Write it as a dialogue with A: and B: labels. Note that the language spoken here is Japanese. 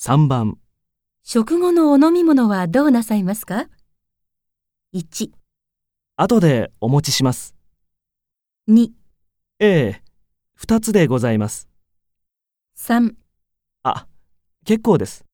A: 3番、
B: 食後のお飲み物はどうなさいますか ?1、
A: 後でお持ちします。
B: 2、
A: ええ、2つでございます。
B: 3
A: あ、結構です。